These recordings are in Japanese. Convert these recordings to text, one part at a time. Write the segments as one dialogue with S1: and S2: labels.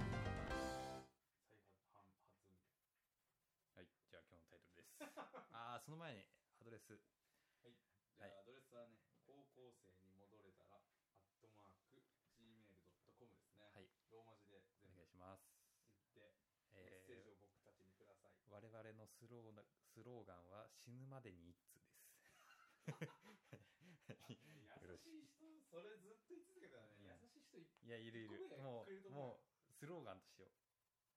S1: は
S2: です
S1: いじゃあ、
S2: はい
S1: アドレスはね高校生に戻れたらアットマーク gmail.com ですね
S2: はい
S1: ローマ字で
S2: お
S1: 全部言
S2: 願いします
S1: ってメッセ
S2: え
S1: ージを
S2: ー、
S1: 僕たちにくださ い、
S2: 我々のスローなスローガンは死ぬまでに一通 です
S1: あね優しい人それずっと言い続けたらね、
S2: うん
S1: 優しい人いっ
S2: いやいるい
S1: 一個ぐらいく
S2: るも
S1: れると
S2: う
S1: 思うよ
S2: もうスローガンとしよ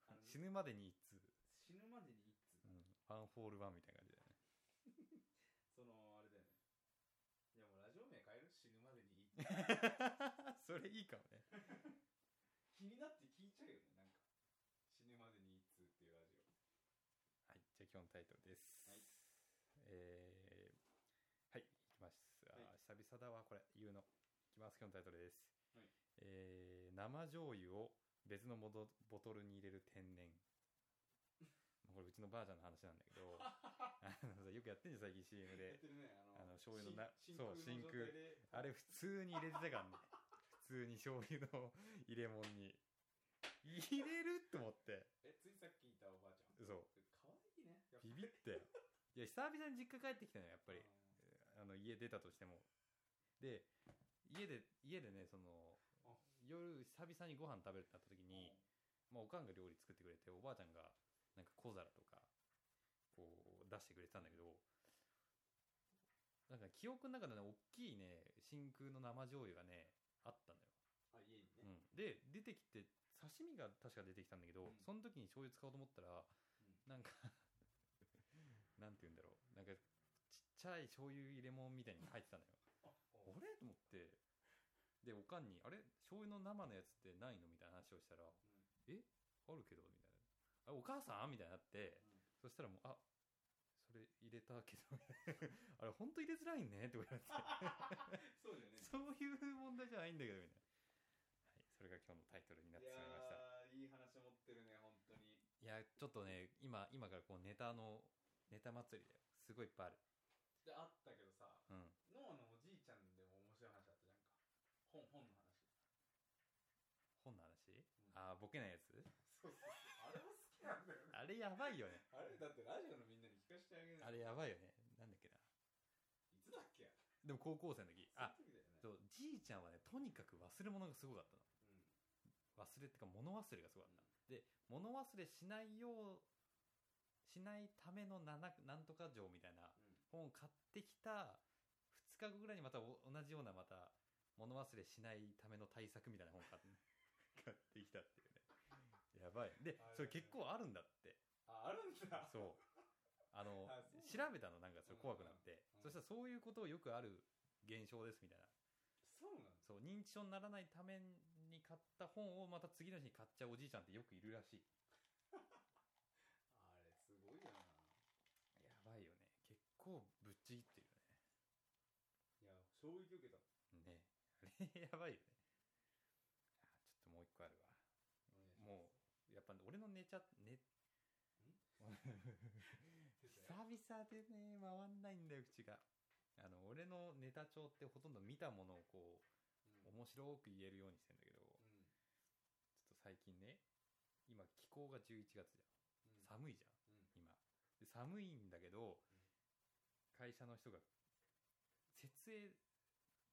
S1: あの
S2: う死ぬまでに一通、
S1: 死ぬまでに一つ、
S2: うん、ワンフォールワンみたいな感じだよね
S1: そのあれだよねいやもうラジオ名変える死ぬまでに一通
S2: あそれいいかもね
S1: 気になって聞いちゃうよねなんか死ぬまでに一通っていうラジオ
S2: はいじゃあ今日のタイトルです
S1: はい
S2: えーはい、いきます。あー、
S1: はい
S2: 久々だわ、これ、言うの。いきます、今日のタイトルです。
S1: はい
S2: えー生醤油を別のボトボトルに入れる天 然。まあこれ、うちのばあちゃんの話なんだけど、 あのさよくやってんじゃん、最近 CM
S1: やっ
S2: で
S1: て。るねあの
S2: あの醤油のな
S1: し
S2: そう
S1: 真空の状態で
S2: あれ、普通に入れてたからね。普通に醤油の入れ物に。入れると思って。
S1: えついさっきいたおばあちゃん
S2: そ
S1: 可愛いねやっ
S2: う。ビビってよ。いや、久々に実家帰ってきたのよ、やっぱ
S1: ぱり
S2: り。あの家出たとしてもで家で家でねその
S1: あ
S2: 夜久々にご飯食べるってなった時に、まあ、おかんが料理作ってくれておばあちゃんがなんか小皿とかこう出してくれてたんだけどなんか記憶の中でね大きいね真空の生醤油がねあったんだよ、
S1: あ家にね、
S2: うん、で出てきて刺身が確か出てきたんだけど、
S1: うん
S2: その時に醤油使おうと思ったら
S1: うん
S2: なんか なんて言うんだろうなんかちっちゃい醤油入れ物みたいに入ってたのよ
S1: あ
S2: あれと思ってでおかんに「あれ醤油の生のやつってないの?」みたいな話をしたら
S1: うん
S2: 「えあるけど」みたいな「あれお母さん?」みたいになって
S1: うん
S2: そしたらもう「あそれ入れたけど あれ本当入れづらいね」って言われて
S1: そう だよね
S2: そういう問題じゃないんだけどみたいな、はい、それが今日のタイトルになっ
S1: い
S2: てしまいました
S1: やーいい話持ってるね本当に
S2: いやちょっとね今今からこうネタのネタ祭りだよすごいいっぱいある
S1: であったけどさ
S2: うん
S1: 脳のおじいちゃんでも面白い話あったじゃんか本本の話
S2: 本の話、
S1: うん
S2: ああボケないやつ
S1: そうそうそうあれも好きなんだよね
S2: あれやばいよね
S1: あれだってラジオのみんなに聞かせてあげる
S2: あれやばいよねなんだっけない
S1: つだっけ
S2: でも高校生の時あ
S1: その時だよね
S2: そうじいちゃんはねとにかく忘れ物がすごかったの
S1: うん
S2: 忘れってか物忘れがすごかった、
S1: うん
S2: で物忘れしないようしないための七なんとか条みたいな
S1: うん
S2: 本を買ってきた2日後ぐらいにまたお同じようなまた物忘れしないための対策みたいな本を買って 買ってきたっていうねやばいで
S1: あれ
S2: それ結構あるんだって
S1: ああるんだ
S2: そうあ の
S1: あそう
S2: 調べたのなんかそれ怖くなって、
S1: うんうん
S2: そしたらそういうことをよくある現象ですみたいな
S1: そうなんです
S2: そう認知症にならないために買った本をまた次の日に買っちゃうおじいちゃんってよくいるらし
S1: あれすごいよない
S2: やばいよね結構ぶっちぎってる
S1: いや衝撃受けた
S2: よね ねあれやばいよねあちょっともう一個あるわ
S1: お願いします
S2: もうやっぱ俺の寝ちゃ寝久々でね回んないんだよ口があの俺のネタ帳ってほとんど見たものをこ
S1: うん
S2: う面白く言えるようにしてんだけどち
S1: う
S2: ょ
S1: ん
S2: っと最近ね今気候が11月じ
S1: う
S2: ゃ
S1: ん
S2: ん寒いじゃん
S1: うん
S2: 今で寒いんだけ
S1: うん
S2: ど、会社の人が設営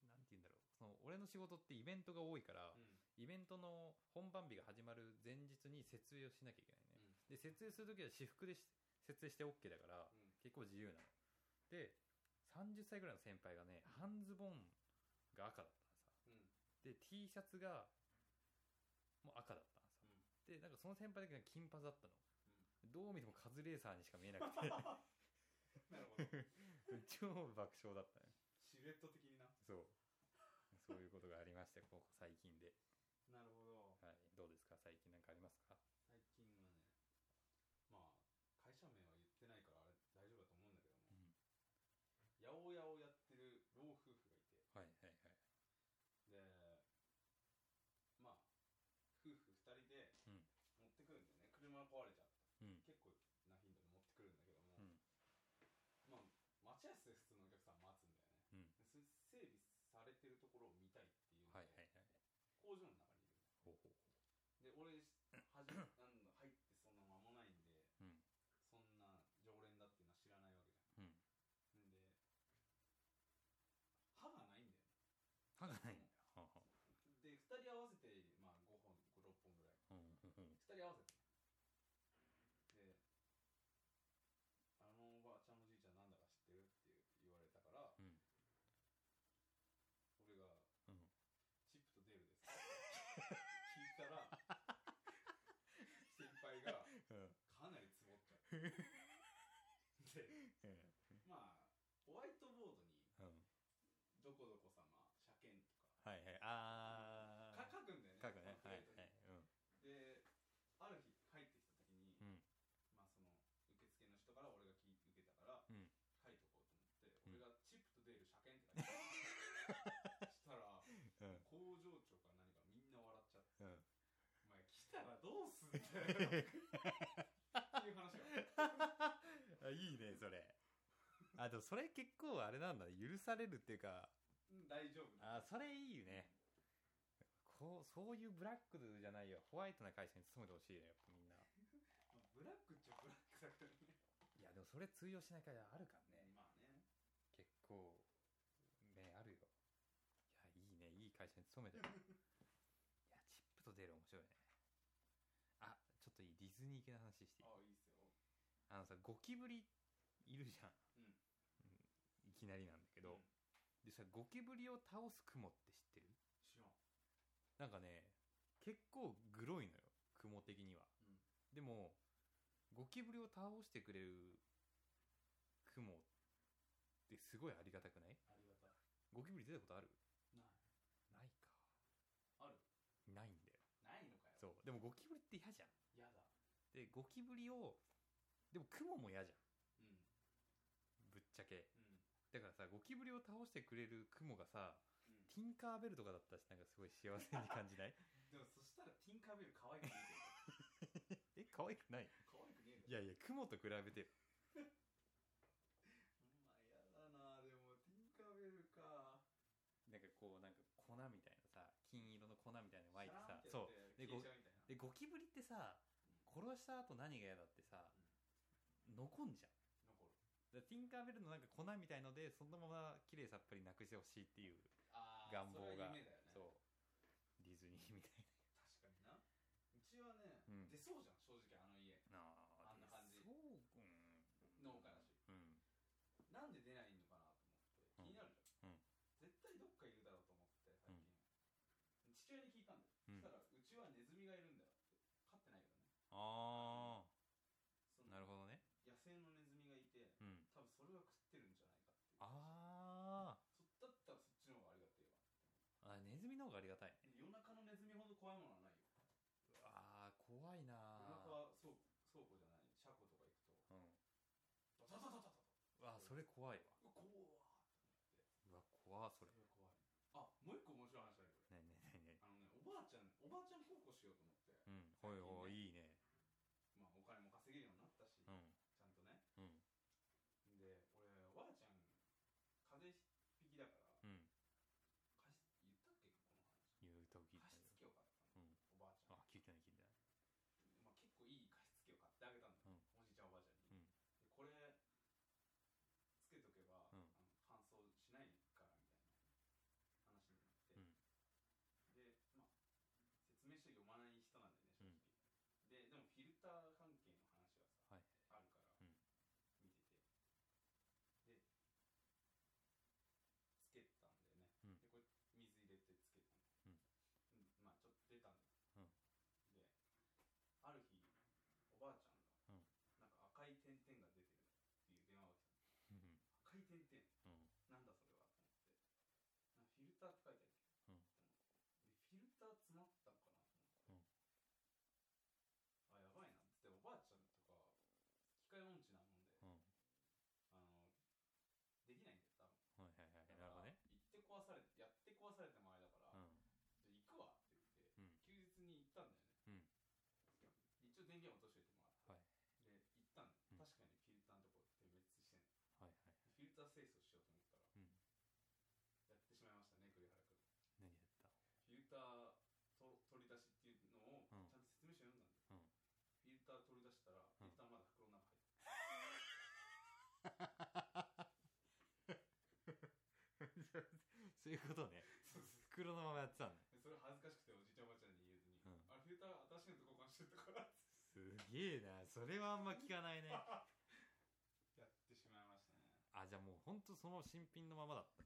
S2: なんて言うんだろうその俺の仕事ってイベントが多いか
S1: う
S2: ら、
S1: ん
S2: イベントの本番日が始まる前日に設営をしなきゃいけないね、
S1: うん
S2: で設営する時は私服でし設営して OK だから、
S1: うん
S2: 結構自由なので30歳ぐらいの先輩がね半ズボンが赤だったのさ
S1: うん
S2: で T シャツがもう赤だったのさ、
S1: うん
S2: でなんかその先輩だけが金髪だったの
S1: うん
S2: どう見てもカズレーサーにしか見えなくて
S1: なるほど
S2: 超爆笑だったね
S1: シルエット的にな
S2: そうそういうことがありましたここ最近で、
S1: なるほど
S2: はい、どうですか最近なんかありますか
S1: 最近はねまあ会社名は言ってないからあれ大丈夫だと思うんだけども、
S2: うん
S1: 八百屋をやってる老夫婦がいて
S2: はいはいはい
S1: でまあ夫婦2人で
S2: うん
S1: 持ってくるんだよね車が壊れちゃった
S2: うん
S1: 結構な頻度で持ってくるんだけども、
S2: うん
S1: まあ待ち合わせで普通のお客さん待つんだよね
S2: うん
S1: でそれ整備されてるところを見たいっていうので、
S2: はいはいはい
S1: 工場の中にいるんだよ
S2: ほうほう
S1: で俺はじ あの入ってそんな間もないんで
S2: うん
S1: そんな常連だっていうのは知らないわけじゃん
S2: うん
S1: んで でまあホワイトボードに
S2: うん
S1: 「どこどこ様車検」とか
S2: はいは
S1: か
S2: いあ
S1: 書くんだよね
S2: ー書くね
S1: パ
S2: はい
S1: ンフレットにである
S2: はい
S1: 日入ってきた時に、
S2: うん
S1: まあその受付の人から俺が聞い受けたから、
S2: うん
S1: 書いとこうと思って、
S2: う
S1: 俺
S2: ん
S1: がチップと出る車検って書いた したら
S2: うんうん
S1: 工場長か何かみんな笑っちゃって「
S2: うん
S1: お前来たらどうすんだよ」っていう話が
S2: あいいねそれあでもそれ結構あれなんだ許されるっていうか
S1: うん大丈夫
S2: あそれいいねこうそういうブラックじゃないよホワイトな会社に勤めてほしいねやっぱみんな
S1: まあブラックっちゃブラックだけどね
S2: いやでもそれ通用しない会社あるからね
S1: まあね
S2: 結構ねあるよいやいいねいい会社に勤めて るいやチップと出る面白いねあちょっといいディズニー系の話していい
S1: ああいいっすよ
S2: あのさゴキブリいるじゃん、
S1: うん
S2: うんいきなりなんだけど、でさゴキブリを倒す雲って知ってる
S1: 知らん
S2: なんかね結構グロいのよ雲的には、
S1: うん
S2: でもゴキブリを倒してくれる雲ってすごいありがたくない
S1: ありがたい
S2: ゴキブリ出たことある
S1: ない
S2: ない
S1: あ
S2: か
S1: る
S2: ないんだよ
S1: ないのかよ
S2: そうでもゴキブリって嫌じゃん
S1: やだ
S2: でゴキブリをでも雲も嫌じゃん
S1: うん
S2: ぶっちゃけ
S1: うん
S2: だからさゴキブリを倒してくれる雲がさ
S1: うん
S2: ティンカーベルとかだったしなんかすごい幸せに感じ ない
S1: でもそしたらティンカーベル可愛くねえけど
S2: え可愛くない
S1: 可愛くねえだ
S2: いやいや雲と比べて
S1: ろまあやだなでもティンカーベルか
S2: なんかこうなんか粉みたいなさ金色の粉みたいなの巻いてさ
S1: シャーンっ
S2: そ
S1: てやっ
S2: う
S1: て
S2: でご
S1: 消えちゃうみたいな
S2: でゴキブリってさ殺した後何が嫌だってさ残んじゃん
S1: 残る
S2: だからティンカーベルのなんか粉みたいのでそのまま綺麗さっぱりなくしてほしいっていう
S1: あー
S2: 願望
S1: そ
S2: が
S1: れは夢だよね
S2: そうディズニーみたい
S1: 確かになうちはね、
S2: うん
S1: 出そうじゃん正直あの家
S2: な
S1: あんな感じ
S2: そううん
S1: 農家だし
S2: うん
S1: なんで出ないのかなと思って気になるじゃん、
S2: うん
S1: 絶対どっかいるだろうと思って最近、父親に聞いたんだよ、
S2: う
S1: そ
S2: ん
S1: したらうちはネズミがいるんだよって飼ってないよね
S2: あ
S1: そ
S2: あな
S1: の
S2: るほどね
S1: 野生のネズミがいて
S2: うん
S1: 多分それは食ってるんじゃないかっていう
S2: あ
S1: そだったらそっちの方がありがてえわ
S2: ーあネズミの方がありがたい
S1: 夜中のネズミほど怖いものはないよ
S2: ああ怖いな
S1: 夜
S2: ー
S1: 中は倉庫倉庫じゃない車庫とか行くと
S2: うん
S1: ダダダダダダ
S2: うわそれ怖いわ
S1: うわ怖ー
S2: うわ怖っそ
S1: それ
S2: れ
S1: は怖いあもう一個面白い話あるよ
S2: ねえねえねえね
S1: あのねおばあちゃんおばあちゃん奉公しようと思って
S2: えうんおいおいいいね
S1: まあお金も稼げるようになったし、
S2: うん
S1: ちゃんとね
S2: うん
S1: で俺おばあちゃん風邪ひきだから
S2: うん
S1: 加湿言ったっけこの話
S2: 言うと聞いて
S1: 加
S2: ない
S1: 湿器を買ったの、
S2: うん
S1: おばあちゃん
S2: あ聞いてない聞いてない
S1: まあ、結構いい加湿器を買ってあげたんだよ、
S2: うん
S1: おじいちゃんおばあちゃんに、
S2: うん
S1: でこれつけとけば、
S2: うん
S1: あの乾燥しないからみたいな話になって、
S2: うん
S1: で、まあ、説明書読まない人なんだよね正直、ででもフィルター関係の話はさ、
S2: はい
S1: あるから見てて、で
S2: うん
S1: つけたんだよね、
S2: うん
S1: でこれ水入れてつけたの、うんまあちょっと出たんだよ、
S2: う
S1: で
S2: ん
S1: ある日おばあちゃんが、
S2: うん
S1: なんか赤い点々が出てるっていう電話が来
S2: うん
S1: た赤い点々
S2: うん
S1: なんだそれはと思ってなんかフィルターって書いてあるけど、
S2: うん
S1: でフィルター詰まったのかなと思って、あやばいなっつっておばあちゃんとか機械音痴なもんで、
S2: う
S1: あのでき
S2: ん
S1: ないんだよ多分
S2: はいはいはいなるほどね
S1: 行って壊されてやって壊されてもあれだから、
S2: うん
S1: じゃあ行くわって言って、
S2: う
S1: 休
S2: ん
S1: 日に行ったんだよね、一応電源落としておいてもらって、で行ったんだよ、
S2: うん
S1: 確かにフィルターのとこ点滅してんの
S2: はいはい
S1: フィルター清掃しようと思ったら、
S2: うん
S1: やってしまいましたね栗原君
S2: 何やった
S1: フィルターと取り出しっていうのをち
S2: う
S1: ゃ
S2: ん
S1: んと説明書読んだんだよ、フィル
S2: うん
S1: ター取り出したら、フィルターまだ袋の中入って
S2: そういうことね 袋のままやってたんだ
S1: たでそれ恥ずかしくておじいちゃんおばあちゃんに言えずに、
S2: うん
S1: あれフィルター私のと交換してたからって
S2: すげえなそれはあんま聞かないね
S1: やってしまいましたね
S2: あじゃあもうほんとその新品のままだった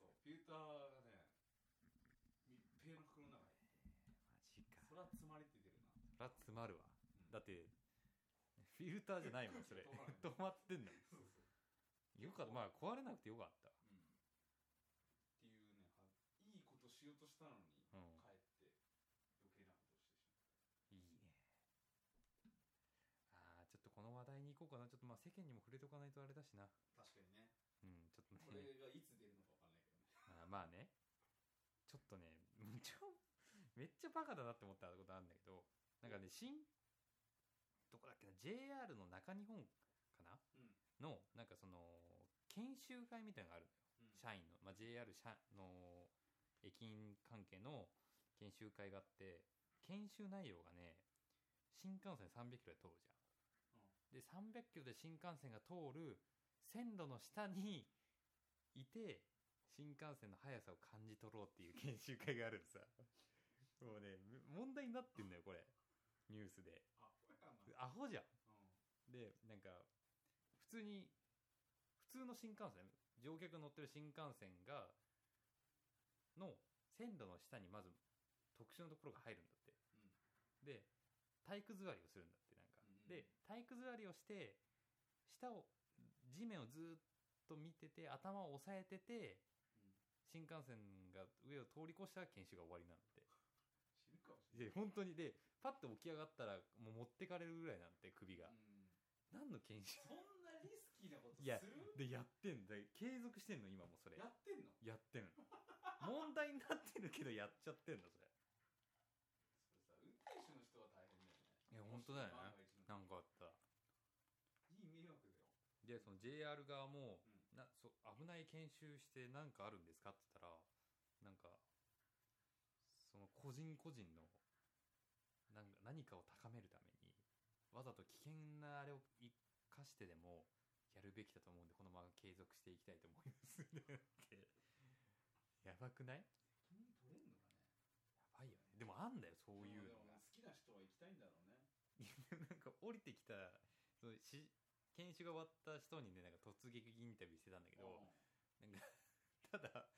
S1: そうフィルターがね密閉の袋の中に
S2: マジか
S1: それは詰まりって出るな
S2: そら詰まるわだってフィルターじゃないもんそれ止
S1: 止
S2: まってんだ
S1: そうそう
S2: よかったまあ壊れなくてよかった
S1: うんっていうねはいいことしようとしたのに、
S2: うん
S1: かえって余計なことをしてし
S2: いいねあーちょっとこの話題に行こうかなちょっとまあ世間にも触れとかないとあれだしな
S1: まう確かにね
S2: うんちょっとね
S1: これがいつ出るのかわかんないけどね
S2: あーまあねちょっとねめっちゃめっちゃバカだなって思ったことあるんだけどなんかね新どこだっけな JR の中日本かな、
S1: うん
S2: のなんかその研修会みたいなのがあるのよ、
S1: うん
S2: 社員の、まあ、JR 社の駅員関係の研修会があって研修内容がね新幹線300キロで通るじゃん、で300キロで新幹線が通る線路の下にいて新幹線の速さを感じ取ろうっていう研修会があるのさもうねむ問題になってんだよこれニュースで
S1: あこれかな
S2: アホじゃん
S1: うん
S2: でなんか普通に普通の新幹線乗客乗ってる新幹線がの線路の下にまず特殊なところが入るんだって、で体育座りをするんだってなんか、
S1: うんうん
S2: で体育座りをして下を地面をずーっと見てて頭を押さえてて、
S1: うん
S2: 新幹線が上を通り越したら研修が終わりなんだって
S1: 死ぬかもしれない
S2: で本当にでパッと起き上がったらもう持ってかれるぐらいなんて首が、
S1: うん
S2: 何の研修
S1: そんなリスキーなことする
S2: いやでやってんだ継続してんの今もそれ
S1: やってんの
S2: やってんの問題になってるけどやっちゃってんのそれ
S1: それさ運転手の人が大変だよね
S2: いや本当だよね
S1: 万が一の
S2: なんかあった
S1: いい迷惑だよ
S2: でその JR 側も、
S1: う
S2: なそ危ない研修して何かあるんですかって言ったらなんかその個人個人のなんか何かを高めるためにわざと危険なあれを生かしてでもやるべきだと思うんでこのまま継続していきたいと思いますねってやばくない
S1: 責任取れんのかね
S2: やばいよねでもあんだよそういうの
S1: でも
S2: が
S1: 好きな人は行きたいんだろうね
S2: なんか降りてきたそのし研修が終わった人にねなんか突撃インタビューしてたんだけど
S1: うん
S2: なんかただ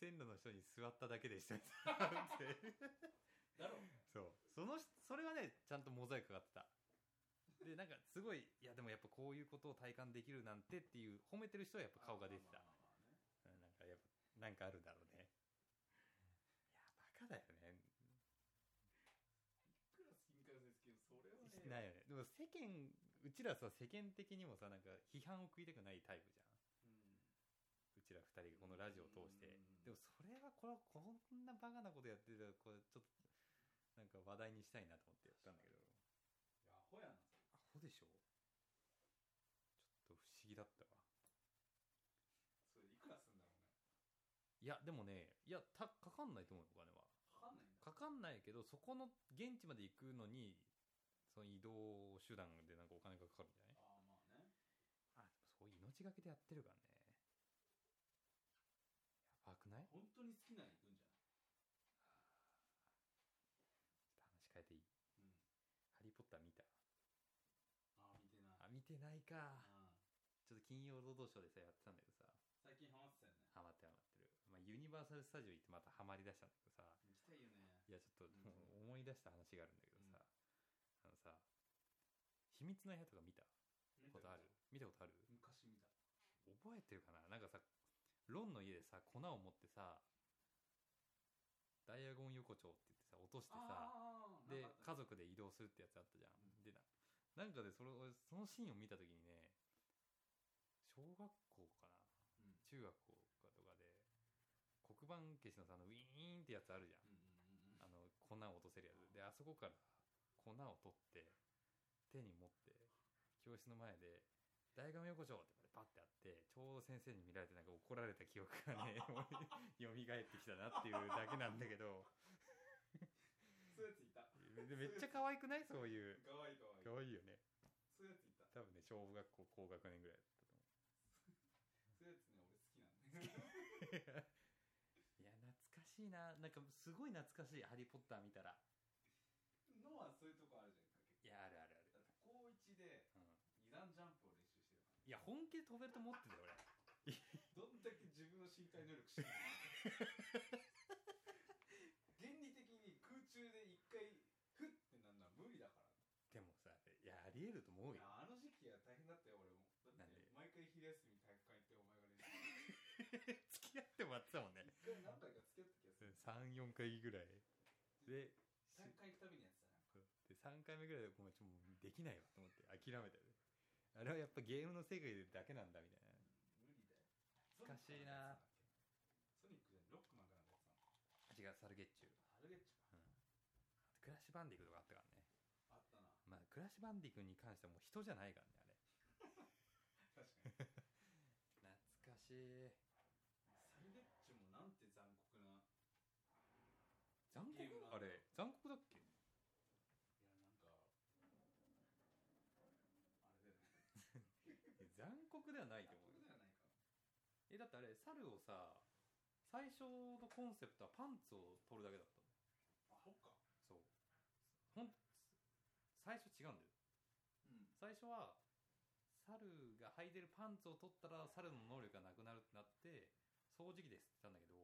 S2: 線路の人に座っただけでした みたいな
S1: だろう
S2: そうその人それはねちゃんとモザイクかかってたでなんかすごいいやでもやっぱこういうことを体感できるなんてっていう褒めてる人はやっぱ顔が出てた
S1: あまあまあまあね
S2: うんなんかやっぱなんかあるんだろうねいやバカだよね
S1: いくらスキンカですけどそれはね
S2: ないよねでも世間うちらさ世間的にもさなんか批判を食いたくないタイプじゃんうちら二人がこのラジオを通して
S1: うん
S2: でもそれはこれこんなバカなことやってるこれちょっとなんか話題にしたいなと思ってやったんだけど
S1: いやアホやな
S2: アホでしょちょっと不思議だったわ
S1: それいくらすんだろうね
S2: いやでもねいやたかかんないと思うよお金は
S1: かかんないんだ
S2: かかんないけどそこの現地まで行くのにその移動手段でなんかお金がかかるんじゃない
S1: ああまあね
S2: あそういう命がけでやってるからねやばくない
S1: 本当に好きなの行くんじゃない
S2: 話変えてい
S1: う
S2: い、
S1: ん
S2: ハリー・ポッター見た
S1: ああ見てない
S2: あ見てないか
S1: ああ
S2: ちょっと金曜ロードショーでさやってたんだけどさ
S1: 最近ハマってたよね
S2: ハマってハマってる、まあ、ユニバーサル・スタジオ行ってまたハマりだしたんだけどさ
S1: 行きたいよね
S2: いやちょっと
S1: うん
S2: もう思い出した話があるんだけどさ、あのさ「秘密の部屋」とか見た
S1: 見
S2: ことある見たことある
S1: 昔見た
S2: 覚えてるかななんかさロンの家でさ粉を持ってさダイヤゴン横丁って言ってさ落としてさ
S1: ああ
S2: で
S1: なんか
S2: 家
S1: あったね
S2: 族で移動するってやつあったじゃん、
S1: うん
S2: でななんかでそれ俺そのシーンを見た時にね小学校かな、
S1: うん
S2: 中学校かとかで黒板消しのさあのウィーンってやつあるじゃん、
S1: うんうんうんうん
S2: あの粉を落とせるやつであそこから粉を取って手に持って教室の前で「大学横丁」ってパッてあってちょうど先生に見られてなんか怒られた記憶がね よみがえってきたなっていうだけなんだけど
S1: そういうやついた
S2: でめっちゃ可愛くないそういう
S1: かわいいかわいい
S2: 可愛いよね
S1: そういうやついた
S2: 多分ね小学校高学年ぐらいだ ったと思う
S1: そういうやつね俺好きなん だよ
S2: いや懐かしいななんかすごい懐かしい「ハリー・ポッター」見たら
S1: のはそういうとこあるじゃんか結
S2: いやあるあるあ
S1: 構だって高一で
S2: る、うん、
S1: 二段ジャンプを練習してる
S2: いや本気で飛べると思ってたよ俺
S1: どんだけ自分の身体能力してるの原理的に空中で一回フッってなんのは無理だから
S2: でもさいやありえると思うよ
S1: いやあの昼休み体育館行ってお前が練習
S2: 付き合ってもらってたもんね
S1: 一回何回か付き合った気がする
S2: 34回ぐらいで
S1: 体育館行くたびにやってたな
S2: で3回目ぐらいでごめんちょっともうできないわと思って諦めたよねあれはやっぱゲームの世界だけなんだみたいな
S1: 無理だよ
S2: 懐かしいな
S1: ソニックじゃないロックマンかなんかやってたの
S2: 違うサルゲッチュ
S1: ハルゲッチか
S2: クラッシュバンディクとかあったからね
S1: あったな
S2: まあクラッシュバンディクに関してはもう人じゃないからねあれ
S1: 確かに
S2: 懐かしい
S1: サルゲッチもなんて残酷な。いや、なんか、
S2: 残酷
S1: ゲームなんだ
S2: あれ残酷だっ
S1: あ
S2: け
S1: れだよね。
S2: 残酷ではないと
S1: 残酷で
S2: 思うよ
S1: はないか。
S2: えだってあれ猿をさ最初のコンセプトはパンツを取るだけだったの
S1: あ、ほか。
S2: そうほん最初違うんだよ
S1: うん。
S2: 最初は猿が履いてるパンツを取ったら猿の能力がなくなるってなって掃除機ですって言ったんだけど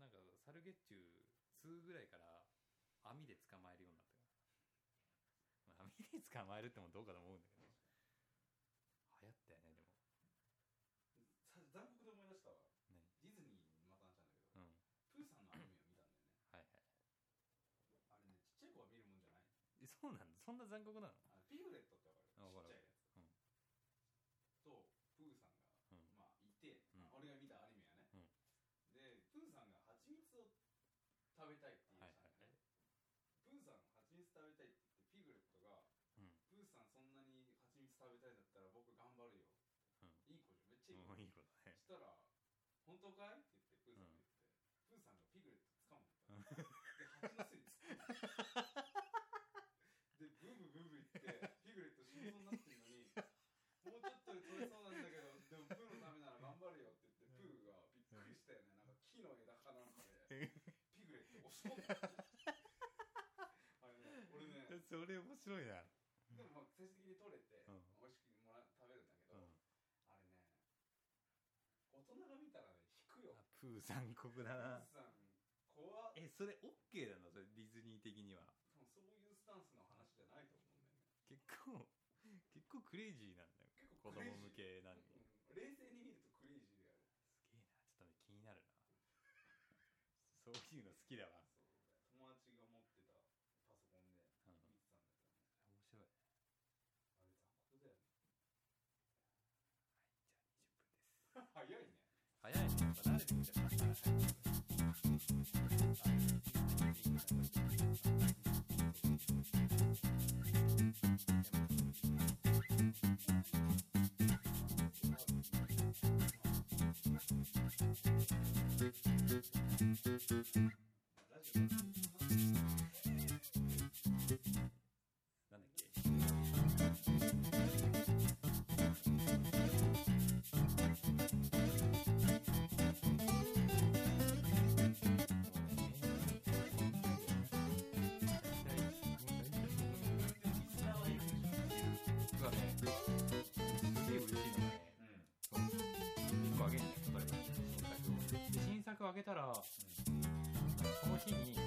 S2: なんか猿月中2ぐらいから網で捕まえるようになったから、まあ、網で捕まえるってもどうかと思うんだけど流行ったよねでも
S1: さ残酷で思い出したわ。
S2: 何
S1: ディズニーにまた話なんだけ
S2: うん
S1: ど、プーさんのアニメを見たんだよね。あ
S2: はいはい
S1: れね、ちっちゃい子は見るもんじゃない。
S2: えそうなんだそんな残酷な
S1: あ
S2: の
S1: のピグレットってわかる
S2: あわかる
S1: ちっちゃいやつ。
S2: うん
S1: と、プーさんが、まあ、
S2: うん
S1: いて、
S2: うん
S1: 俺が見たアニメやね。
S2: う
S1: で、
S2: ん
S1: プーさんが蜂蜜を食べたいって言い出したんだよね。
S2: はいはいはい
S1: プーさん蜂蜜食べたいって言ってピグレットが、
S2: うん
S1: プーさんそんなに蜂蜜食べたいんだったら僕頑張るよ、
S2: うん
S1: いい子じゃんめっちゃいい
S2: もう
S1: 子、
S2: いいことね
S1: したら「本当かい?」って言ってプーさんが言って、プーさんがピグレット掴むんだったで蜂の巣に突っ込んででブーブーブーブー言ってピグレット死にそうになってんのにもうちょっとで取れそうなんだけどでもプーのためなら頑張るよって言ってプーがびっくりしたよねなんか木の枝かなんかでピグレット押し込んだあれね俺ね
S2: それ面白いな
S1: でもまあ最終的に取れて、
S2: うん
S1: 美味しくもら食べるんだけど、
S2: うん
S1: あれね大人が見たらね引くよ
S2: あプー残酷だ
S1: プー
S2: な
S1: さん怖っ
S2: えそれ OK なのそれディズニー的には
S1: 多分そういうスタンスの話じゃないと思うんだよね
S2: 結構結構クレイジーなんだよ
S1: 結
S2: 子
S1: 構
S2: 供
S1: クレイ
S2: 向
S1: ジー
S2: けなのにすげえな
S1: うん冷静に見るとクレイジーである
S2: ちょっとね気になるなそういうの好きだわ
S1: そう友達が持ってたパソコンで見てたんだけどね
S2: 面白い
S1: あれ残酷だよね
S2: じ
S1: 早いね
S2: ゃあ20分です早いね誰で見たか
S1: ラジオだと
S2: なんだっけ
S1: リスナーはいるでしょ
S2: うわねすげえ嬉しいのがね
S1: うん
S2: 一個あげるね例えば新作をで新作をあげたら、その日に